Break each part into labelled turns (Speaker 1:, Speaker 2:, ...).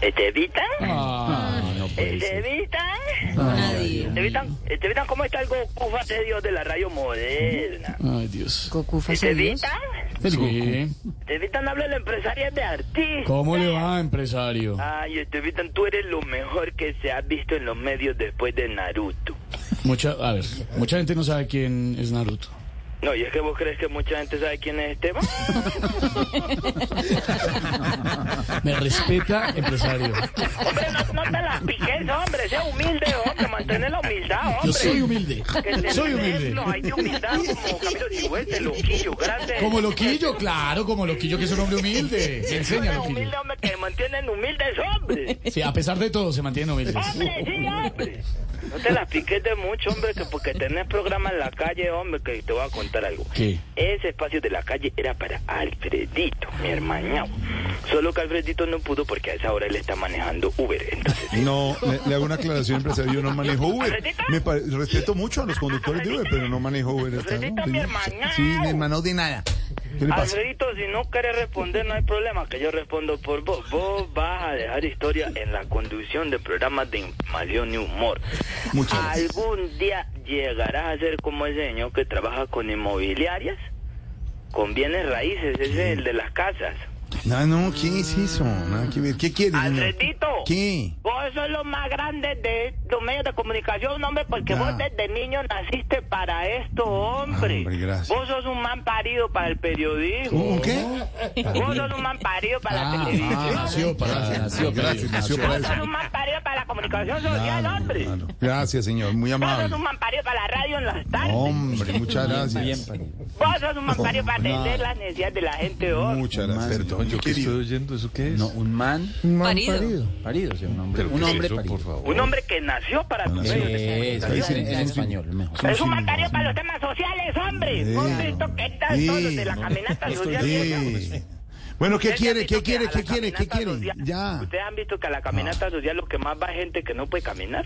Speaker 1: Eh, ¿Te evitan? Eh,
Speaker 2: Ah, no puede
Speaker 1: ¿Te
Speaker 2: ser.
Speaker 1: evitan?
Speaker 2: Ay,
Speaker 1: ¿Te evitan? Eh, ¿Te evitan cómo está el Goku de Dios de la radio moderna?
Speaker 2: Ay, Dios.
Speaker 3: Goku
Speaker 1: ¿Te
Speaker 3: fase Dios.
Speaker 1: evitan?
Speaker 2: El Goku.
Speaker 1: ¿Te evitan hablar de empresarias de artistas?
Speaker 2: ¿Cómo le va, empresario?
Speaker 1: Ay, este Vitan, tú eres lo mejor que se ha visto en los medios después de Naruto.
Speaker 2: Mucha, a ver, mucha gente no sabe quién es Naruto.
Speaker 1: No, y es que vos crees que mucha gente sabe quién es este, Esteban.
Speaker 2: Me respeta, empresario.
Speaker 1: hombre, no, no te las piques, hombre, sea humilde, hombre, mantén la humildad, hombre.
Speaker 2: Yo soy humilde.
Speaker 1: Que te
Speaker 2: Soy humilde.
Speaker 1: ejemplo, Hay de humildad como Camilo Cifuentes, loquillo, grande.
Speaker 2: Como loquillo, claro, como loquillo que es un hombre humilde. Me enseña loquillo.
Speaker 1: humilde, hombre, que se mantienen humildes, hombre.
Speaker 2: Sí, a pesar de todo se mantiene humilde.
Speaker 1: Hombre, sí, hombre. No te las piques de mucho, hombre, que porque tenés programa en la calle, hombre, que te voy a contar algo.
Speaker 2: ¿Qué?
Speaker 1: Ese espacio de la calle era para Alfredito, mi hermañao. Solo que Alfredito no pudo porque a esa hora él está manejando Uber. Entonces,
Speaker 4: No, le, le hago una aclaración, empresario. Yo no manejo Uber.
Speaker 1: ¿Alfredito?
Speaker 4: Me pare- respeto mucho a los conductores de Uber, pero no manejo Uber. está-
Speaker 1: ¿Alfredito, mi hermano?
Speaker 4: Sí, mi hermano de nada. ¿Qué le pasa?
Speaker 1: Alfredito, si no quieres responder, no hay problema, que yo respondo por vos. Vos vas a dejar historia en la conducción de programas de información y humor.
Speaker 4: Muchas gracias.
Speaker 1: Algún día llegarás a ser como ese señor que trabaja con inmobiliarias, con bienes raíces, ese es el de las casas.
Speaker 4: No, Ah, no, ¿qué es eso? Nada que ver. ¿Qué quiere? señor?
Speaker 1: Alfredito,
Speaker 4: ¿Qué?
Speaker 1: vos sos lo más grande de los medios de comunicación, hombre, porque
Speaker 4: Ya.
Speaker 1: vos desde niño naciste para esto, hombre.
Speaker 4: Ah, Hombre, gracias.
Speaker 1: Vos sos un man parido para el periodismo.
Speaker 4: ¿Un qué?
Speaker 1: Vos sos un man parido para la
Speaker 2: Ah,
Speaker 1: televisión.
Speaker 2: ah, nació para, nació,
Speaker 4: Gracias, nació para
Speaker 1: Vos
Speaker 4: eso.
Speaker 1: sos un man parido para la comunicación social,
Speaker 4: Claro,
Speaker 1: hombre.
Speaker 4: claro. Gracias, señor. Muy
Speaker 1: Vos sos
Speaker 4: amable.
Speaker 1: un man parido para la radio en las tardes.
Speaker 4: Hombre, muchas gracias.
Speaker 1: Vos sos un man parido para atender
Speaker 4: Claro.
Speaker 1: las necesidades de la gente, hombre.
Speaker 4: Muchas
Speaker 5: Ah,
Speaker 4: gracias. Perdón, yo quería.
Speaker 6: oyendo eso qué es?
Speaker 5: No, un man
Speaker 4: Un mal
Speaker 3: Parido.
Speaker 5: parido, o sea, un hombre.
Speaker 4: Pero
Speaker 5: Un
Speaker 4: ¿qué
Speaker 5: hombre
Speaker 4: es eso,
Speaker 5: parido.
Speaker 4: por favor.
Speaker 1: Un hombre que nació para los
Speaker 4: Nació.
Speaker 1: medios de
Speaker 5: Eso,
Speaker 1: comunicación.
Speaker 5: ahí sí, en español, mejor.
Speaker 1: Es un mandario para los temas sociales, hombre.
Speaker 4: Sí.
Speaker 1: ¿Vos visto que están todos los de la
Speaker 4: Sí.
Speaker 1: caminata social?
Speaker 4: Sí. Bueno, ¿qué
Speaker 1: ¿Ustedes han visto que
Speaker 4: quiere? ¿Qué
Speaker 1: a
Speaker 4: quiere?
Speaker 1: la
Speaker 4: ¿Qué quiere? ¿Qué
Speaker 1: caminata
Speaker 4: quiere?
Speaker 1: social-
Speaker 4: Ya. Ah.
Speaker 1: ¿Ustedes han visto que a la caminata social lo que más va es gente que no puede caminar?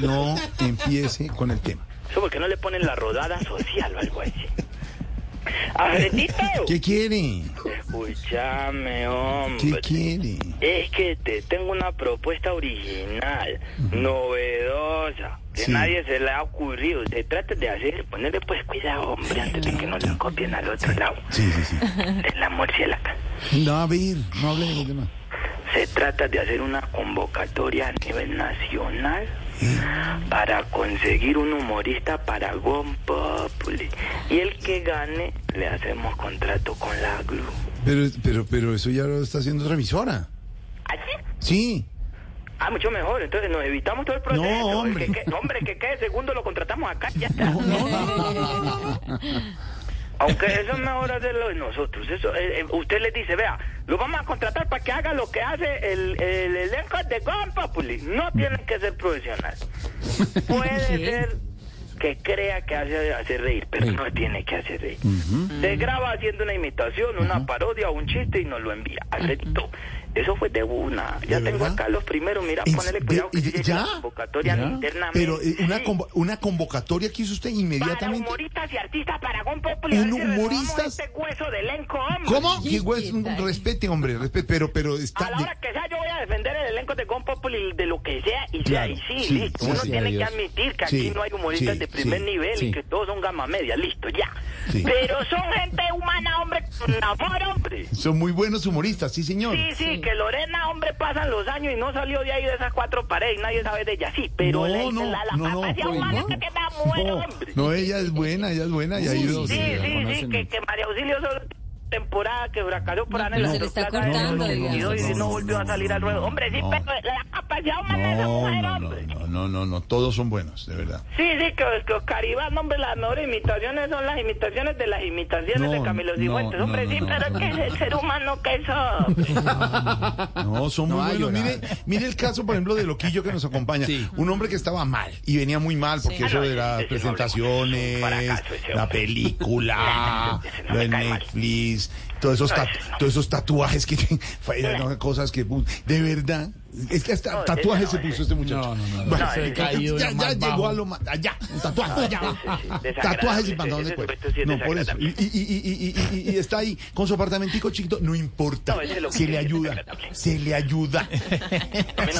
Speaker 4: No empiece con el tema.
Speaker 1: Eso porque no le ponen la rodada social o algo así. Alfredito,
Speaker 4: ¿Qué quiere?
Speaker 1: escúchame,
Speaker 4: ¿Qué
Speaker 1: hombre.
Speaker 4: quiere?
Speaker 1: Es que te tengo una propuesta original, novedosa, que
Speaker 4: Sí.
Speaker 1: nadie se le ha ocurrido. Se trata de hacer, ponerle pues cuidado, hombre, antes de que no le copien al otro lado,
Speaker 4: Sí, sí, sí.
Speaker 1: de la murciélaga.
Speaker 4: No, a ver, no hable de los demás.
Speaker 1: Se trata de hacer una convocatoria a nivel nacional para conseguir un humorista para Gon Populi. Y el que gane, le hacemos contrato con la GLU.
Speaker 4: Pero, pero, pero eso ya lo está haciendo otra emisora.
Speaker 1: ¿Así?
Speaker 4: Sí.
Speaker 1: Ah, mucho mejor. Entonces nos evitamos todo el proceso.
Speaker 4: No, hombre.
Speaker 1: Que, que- hombre, que quede segundo lo contratamos acá. Ya está. Aunque eso es mejor hacerlo de nosotros. Eso, eh, eh, usted le dice, vea, lo vamos a contratar para que haga lo que hace el, el elenco de Gone Populi. No tienen que ser profesionales. Puede ser que crea que hace hacer reír, pero no tiene que hacer reír. Se graba haciendo una imitación, una parodia o un chiste y nos lo envía. Alfredito, eso fue de una. Ya
Speaker 4: ¿De
Speaker 1: tengo
Speaker 4: verdad?
Speaker 1: acá los primeros, mira,
Speaker 4: ¿En-
Speaker 1: ponele
Speaker 4: de-
Speaker 1: cuidado que yo llegué a la
Speaker 4: ya?
Speaker 1: convocatoria
Speaker 2: ¿Ya?
Speaker 1: internamente.
Speaker 4: Pero eh, una,
Speaker 1: Sí.
Speaker 4: convo- una convocatoria que hizo usted
Speaker 1: Para
Speaker 4: inmediatamente.
Speaker 1: humoristas y artistas Paragón Popular.
Speaker 4: ¿En humoristas?
Speaker 1: Este hueso de elenco, hombre.
Speaker 4: ¿Cómo? Que güey, respete, hombre, respete, pero, pero
Speaker 1: A
Speaker 4: está.
Speaker 1: la hora que sea, yo voy a defender el elenco de Gon Populi de lo que sea y
Speaker 4: Claro,
Speaker 1: sea. Y sí,
Speaker 4: sí,
Speaker 1: listo. Uno
Speaker 4: sí,
Speaker 1: tiene que
Speaker 4: adiós.
Speaker 1: admitir que
Speaker 4: Sí,
Speaker 1: aquí no hay humoristas
Speaker 4: sí,
Speaker 1: de primer
Speaker 4: sí,
Speaker 1: nivel y
Speaker 4: sí.
Speaker 1: que todos son gama media. Listo, ya.
Speaker 4: Sí.
Speaker 1: Pero son gente humana, hombre, con amor, hombre.
Speaker 4: Son muy buenos humoristas, sí, señor.
Speaker 1: Sí, sí, que Lorena, hombre, pasan los años y no salió de ahí de esas cuatro paredes. Nadie sabe de ella. Sí, pero
Speaker 4: No,
Speaker 1: la,
Speaker 4: no,
Speaker 1: la, la
Speaker 4: no, no,
Speaker 1: fantasía
Speaker 4: pues,
Speaker 1: humana
Speaker 4: no.
Speaker 1: que tiene la mujer, hombre.
Speaker 4: No, ella es buena, ella es buena, y ha ido.
Speaker 1: Sí,
Speaker 5: Sí, la
Speaker 1: sí, sí,
Speaker 5: conocen.
Speaker 1: que, que María Auxilio solo temporada que fracasó por
Speaker 3: No,
Speaker 1: Ana en la
Speaker 3: se le está
Speaker 1: Plaza de
Speaker 3: cortando,
Speaker 1: Oro,
Speaker 3: digamos.
Speaker 1: y hoy
Speaker 4: No,
Speaker 1: no
Speaker 4: no,
Speaker 1: volvió a salir al ruedo. Hombre, sí,
Speaker 4: no.
Speaker 1: pero la capacidad humana de esa
Speaker 4: No,
Speaker 1: mujer,
Speaker 4: no, no,
Speaker 1: hombre.
Speaker 4: no, no, no, no, todos son buenos, de verdad.
Speaker 1: Sí, sí, que, que Oscar Iván, hombre, las mejores imitaciones son las imitaciones de las imitaciones
Speaker 4: No,
Speaker 1: de Camilo
Speaker 4: no,
Speaker 1: Cifuentes.
Speaker 4: no,
Speaker 1: Hombre,
Speaker 4: no,
Speaker 1: sí,
Speaker 4: no,
Speaker 1: pero
Speaker 4: no,
Speaker 1: que es
Speaker 4: no.
Speaker 1: el ser humano que es.
Speaker 4: No, son muy
Speaker 5: va a
Speaker 4: buenos. Mire,
Speaker 5: llorar.
Speaker 4: mire el caso, por ejemplo, de Loquillo que nos acompaña.
Speaker 5: Sí.
Speaker 4: Un hombre que estaba mal y venía muy mal porque
Speaker 3: Sí.
Speaker 4: eso
Speaker 1: Ah, no,
Speaker 4: de las
Speaker 1: ese- ese no hablemos. Es un
Speaker 4: presentaciones,
Speaker 1: fracaso ese hombre.
Speaker 4: la película,
Speaker 1: Ese no
Speaker 4: lo
Speaker 1: me
Speaker 4: de
Speaker 1: cae mal.
Speaker 4: Netflix, Face, todos esos, tat- todos esos tatuajes que tiene, fue- no, cosas que pu- de verdad, es que hasta
Speaker 1: No,
Speaker 4: tatuajes
Speaker 1: no,
Speaker 4: se puso este muchacho.
Speaker 2: No, no, no, no.
Speaker 4: Bueno,
Speaker 1: No,
Speaker 4: ya-
Speaker 1: ese-
Speaker 2: caído
Speaker 4: ya
Speaker 2: era más
Speaker 4: llegó
Speaker 2: bajo.
Speaker 4: a lo más, allá, un
Speaker 1: Ah,
Speaker 4: tatuaje, allá.
Speaker 1: desagradable,
Speaker 4: tatuajes y
Speaker 1: ese-
Speaker 4: pantalones de
Speaker 1: ese
Speaker 4: cuero.
Speaker 1: sujeto sí es
Speaker 4: No, por eso. Y,
Speaker 1: desagradable.
Speaker 4: y- y- y- y- y- y está ahí con su apartamentico chiquito, no importa,
Speaker 1: No, ese lo
Speaker 4: se
Speaker 1: que
Speaker 4: le
Speaker 1: es
Speaker 4: ayuda,
Speaker 1: desagradable.
Speaker 4: se le ayuda,
Speaker 1: me
Speaker 4: se le
Speaker 1: gusta ese lo que
Speaker 4: ayuda.
Speaker 1: es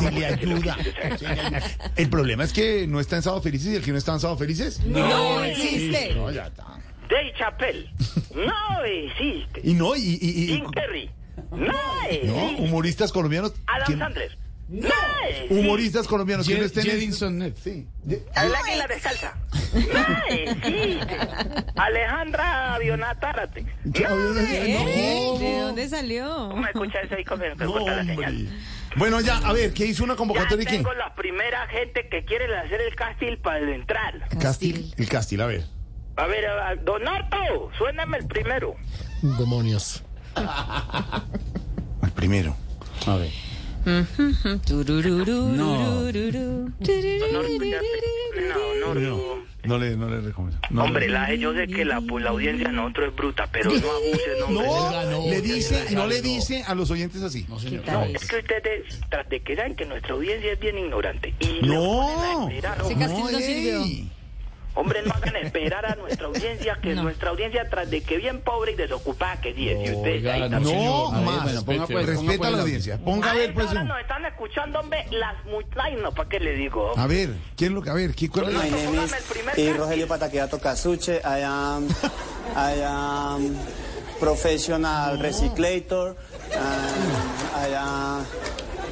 Speaker 1: desagradable.
Speaker 4: se le ayuda. El problema es que no está en Sábado Felices y el que no está en Sábado Felices.
Speaker 3: No existe.
Speaker 4: No, ya está.
Speaker 1: Dave Chappelle, no existe.
Speaker 4: Y no, y. y- y- y-
Speaker 1: Jim Carrey, no
Speaker 4: no,
Speaker 1: existe.
Speaker 4: humoristas colombianos.
Speaker 1: Adam
Speaker 4: ¿quién-
Speaker 1: Sandler, no existe.
Speaker 4: Humoristas colombianos. ¿Quién
Speaker 2: Jed-
Speaker 4: está en eso?
Speaker 2: Jedinson Net.
Speaker 4: Sí. Ye-
Speaker 1: El águila descalza, no existe. Alejandra Avionata Zárate, no
Speaker 3: ¿Eh?
Speaker 4: No,
Speaker 3: ¿De dónde salió?
Speaker 1: ¿Cómo escuchas eso ahí con el-
Speaker 4: no,
Speaker 1: con la señal?
Speaker 4: hombre. Bueno, ya, a ver, ¿qué hizo una
Speaker 1: Ya
Speaker 4: convocatoria y qué?
Speaker 1: tengo la primera gente que quiere hacer el casting para entrar.
Speaker 4: Castil. El Castil, a ver.
Speaker 1: A ver, a- a- Don Arto, suéname el primero.
Speaker 6: Demonios.
Speaker 4: Al primero.
Speaker 5: A ver.
Speaker 3: Turururú,
Speaker 5: No.
Speaker 3: turururú,
Speaker 1: Don Arto,
Speaker 3: turururú.
Speaker 1: ya te- No, no, no.
Speaker 4: No le, no le recomiendo. No le-
Speaker 1: Hombre, la, yo sé que la, pues, la audiencia de nosotros es bruta, pero no abusen, hombre.
Speaker 4: no,
Speaker 2: no,
Speaker 4: le
Speaker 2: no,
Speaker 4: dice,
Speaker 2: no,
Speaker 4: no le
Speaker 2: no.
Speaker 4: dice a los oyentes así.
Speaker 2: No, señor.
Speaker 3: tal?
Speaker 1: Es que ustedes, tras de que saben que nuestra audiencia es bien ignorante. Y
Speaker 4: No.
Speaker 1: lo ponen a esperar,
Speaker 3: Sí,
Speaker 1: hombre.
Speaker 3: Castil no sirvió.
Speaker 4: ey.
Speaker 1: Hombre, no hagan esperar a nuestra audiencia, que
Speaker 3: No.
Speaker 1: nuestra audiencia, tras de que bien pobre y desocupada que sí es. y ustedes
Speaker 2: Oiga,
Speaker 1: ahí
Speaker 2: no,
Speaker 1: están-
Speaker 4: No,
Speaker 2: señor. A ver,
Speaker 4: más.
Speaker 2: bueno, ponga, pues, ponga,
Speaker 4: Respeta
Speaker 2: pues,
Speaker 4: a la
Speaker 2: la-
Speaker 4: audiencia. Ponga a
Speaker 1: A
Speaker 4: ver,
Speaker 1: esta
Speaker 4: pues.
Speaker 1: hora
Speaker 4: un-
Speaker 1: nos están escuchando, hombre, las multas, no, ¿para qué le digo?
Speaker 4: A ver, ¿quién lo que? A ver, ¿qué, cuál es la-
Speaker 7: My name is eh, Rogelio Pataquiato Casuche. I am, I am professional recyclator. and I am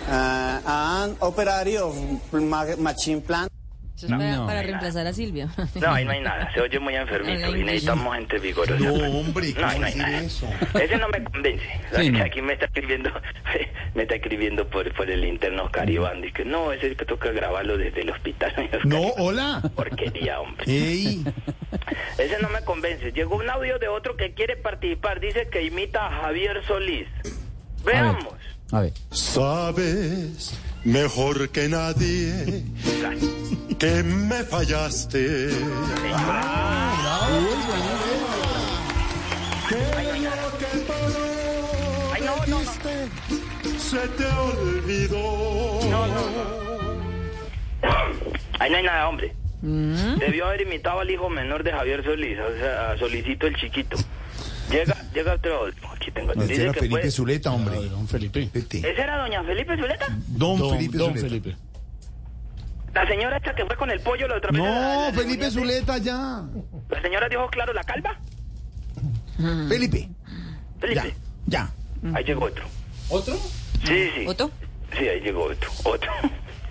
Speaker 7: uh, an operario of ma- machine plant.
Speaker 3: Eso es para,
Speaker 5: No.
Speaker 3: para reemplazar a Silvia.
Speaker 1: No, ahí no hay nada, se oye muy enfermito y necesitamos gente vigorosa.
Speaker 4: No, hombre,
Speaker 1: No, ahí
Speaker 4: ¿cómo
Speaker 1: no hay
Speaker 4: decir
Speaker 1: nada.
Speaker 4: eso?
Speaker 1: Ese no me convence.
Speaker 5: Sí, no.
Speaker 1: Aquí me está escribiendo, me está escribiendo por, por el interno Oscar Iván. Dice, no, ese es que toca grabarlo desde el hospital. Oscar
Speaker 4: No,
Speaker 1: Iván.
Speaker 4: hola.
Speaker 1: Porquería, hombre.
Speaker 4: Ey.
Speaker 1: Ese no me convence. Llegó un audio de otro que quiere participar. Dice que imita a Javier Solís. Veamos.
Speaker 5: A ver.
Speaker 8: Sabes mejor que nadie que me fallaste.
Speaker 1: Ay, no, no, no.
Speaker 8: Se te olvidó.
Speaker 1: Ahí no hay nada, hombre. Debió haber imitado al hijo menor de Javier Solís, o sea, a Solicito el chiquito. Llega, llega otro. Aquí tengo.
Speaker 4: No, este
Speaker 1: Dice
Speaker 4: era
Speaker 1: que
Speaker 4: Felipe
Speaker 1: fue- Eh,
Speaker 4: Zuleta,
Speaker 2: A ver,
Speaker 4: hombre.
Speaker 2: Don Felipe.
Speaker 4: Vete.
Speaker 1: ¿Esa era doña Felipe Zuleta?
Speaker 4: Don, Felipe
Speaker 2: don
Speaker 4: Zuleta.
Speaker 2: Felipe.
Speaker 1: La señora esta que fue con el pollo la otra vez. la- la-
Speaker 4: No,
Speaker 1: la-
Speaker 4: Felipe Zuleta ya.
Speaker 1: La señora dijo, claro, la calva.
Speaker 4: Felipe, ya,
Speaker 1: Felipe.
Speaker 4: ya.
Speaker 1: Ahí llegó otro.
Speaker 2: ¿Otro?
Speaker 1: Sí, sí.
Speaker 3: ¿Otro?
Speaker 1: Sí, ahí llegó otro. Otro.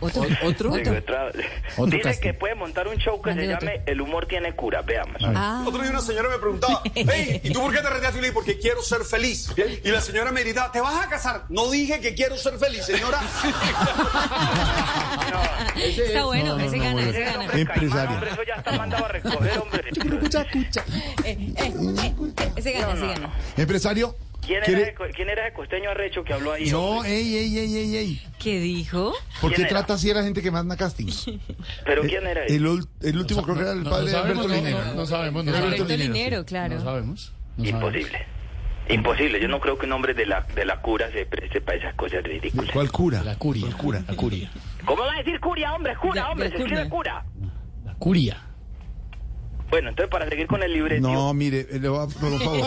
Speaker 3: ¿Otro?
Speaker 5: ¿Otro?
Speaker 1: Llegó otra-
Speaker 5: Otro
Speaker 1: Dice
Speaker 5: casting.
Speaker 1: que puede montar un show que
Speaker 3: Mande
Speaker 1: se
Speaker 3: otro.
Speaker 1: llame El humor tiene cura. Veamos.
Speaker 3: Ah,
Speaker 9: Otro día una señora me preguntaba, hey, ¿y tú por qué te reteas feliz? Porque quiero ser feliz. Y la señora me gritaba, ¿te vas a casar? No dije que quiero ser feliz, señora.
Speaker 3: está bueno, ese gana, ese
Speaker 1: Ese
Speaker 3: gana.
Speaker 1: hombre es
Speaker 4: Empresario.
Speaker 1: caimán, hombre, eso ya está mandado a recoger, hombre.
Speaker 3: Eh, eh, eh, eh, ese gana, ese gana.
Speaker 4: Empresario.
Speaker 1: ¿Quién era,
Speaker 4: ¿quiere-
Speaker 1: ese co- ¿Quién era ese costeño arrecho que habló ahí?
Speaker 4: No,
Speaker 1: hombre?
Speaker 4: ey, ey, ey, ey, ey.
Speaker 3: ¿Qué dijo?
Speaker 4: ¿Por
Speaker 1: ¿Quién
Speaker 4: qué
Speaker 1: era?
Speaker 4: trata así a la gente que manda casting?
Speaker 1: ¿Pero quién era ese?
Speaker 4: Eh, El, ul- el último creo que era el
Speaker 2: No,
Speaker 4: padre
Speaker 2: no
Speaker 4: de Alberto
Speaker 2: sabemos, no,
Speaker 4: Linero.
Speaker 2: no, no sabemos, no sabemos.
Speaker 3: Alberto Linero, claro.
Speaker 2: No sabemos. no sabemos.
Speaker 1: Imposible. Imposible. Yo no creo que un hombre de la, de la cura se preste para esas cosas ridículas.
Speaker 4: ¿Cuál cura?
Speaker 2: La curia.
Speaker 4: ¿Cuál cura?
Speaker 2: La curia.
Speaker 1: ¿Cómo va a decir curia, hombre?
Speaker 3: De-
Speaker 1: Cura,
Speaker 3: de
Speaker 1: hombre, se
Speaker 3: curia.
Speaker 1: escribe cura.
Speaker 2: La curia.
Speaker 1: Bueno, entonces para seguir con el libreto.
Speaker 4: No, mire, eh, le voy a por un favor.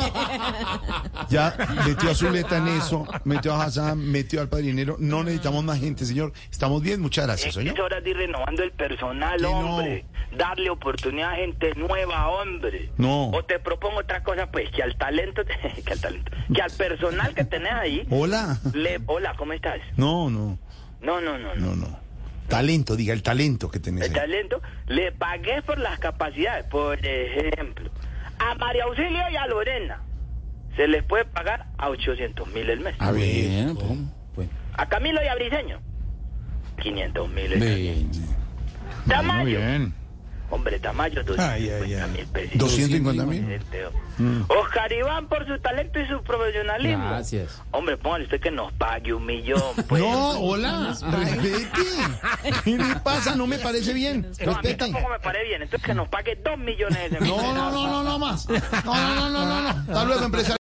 Speaker 4: Ya metió a Zuleta en eso, metió a Hassan, metió al padrinero. No necesitamos más gente, señor. Estamos bien, muchas gracias,
Speaker 1: Es
Speaker 4: señor.
Speaker 1: hora de ir renovando el personal,
Speaker 4: Que no.
Speaker 1: hombre. Darle oportunidad a gente nueva, hombre.
Speaker 4: No.
Speaker 1: O te propongo otra cosa, pues, que al talento, que al talento, que al personal que tenés ahí,
Speaker 4: Hola.
Speaker 1: le, hola, ¿cómo estás?
Speaker 4: No, no,
Speaker 1: No, no, no, no.
Speaker 4: no, no. Talento, diga, el talento que tenés.
Speaker 1: El
Speaker 4: ahí.
Speaker 1: talento, le pagué por las capacidades. Por ejemplo, a María Auxilio y a Lorena se les puede pagar a 800 mil el mes.
Speaker 4: A ver.
Speaker 5: Bien, pum. Bueno.
Speaker 1: A Camilo y a Briseño, 500 mil el mes.
Speaker 5: Bien.
Speaker 1: Tamayo, hombre, Tamayo, 250 mil pesos.
Speaker 4: 250 mil.
Speaker 1: Oscar Iván por su talento y su profesionalismo.
Speaker 5: Gracias.
Speaker 1: Hombre, póngale usted que nos pague un millón. Pues.
Speaker 4: No, hola. Respete. ¿Qué le pasa? No me parece bien.
Speaker 1: No, a mí
Speaker 4: Respete.
Speaker 1: tampoco me parece bien. Entonces que nos pague dos millones de
Speaker 4: No, no, no, no, no más. No, no, no, no, no. no. Hasta luego, empresario.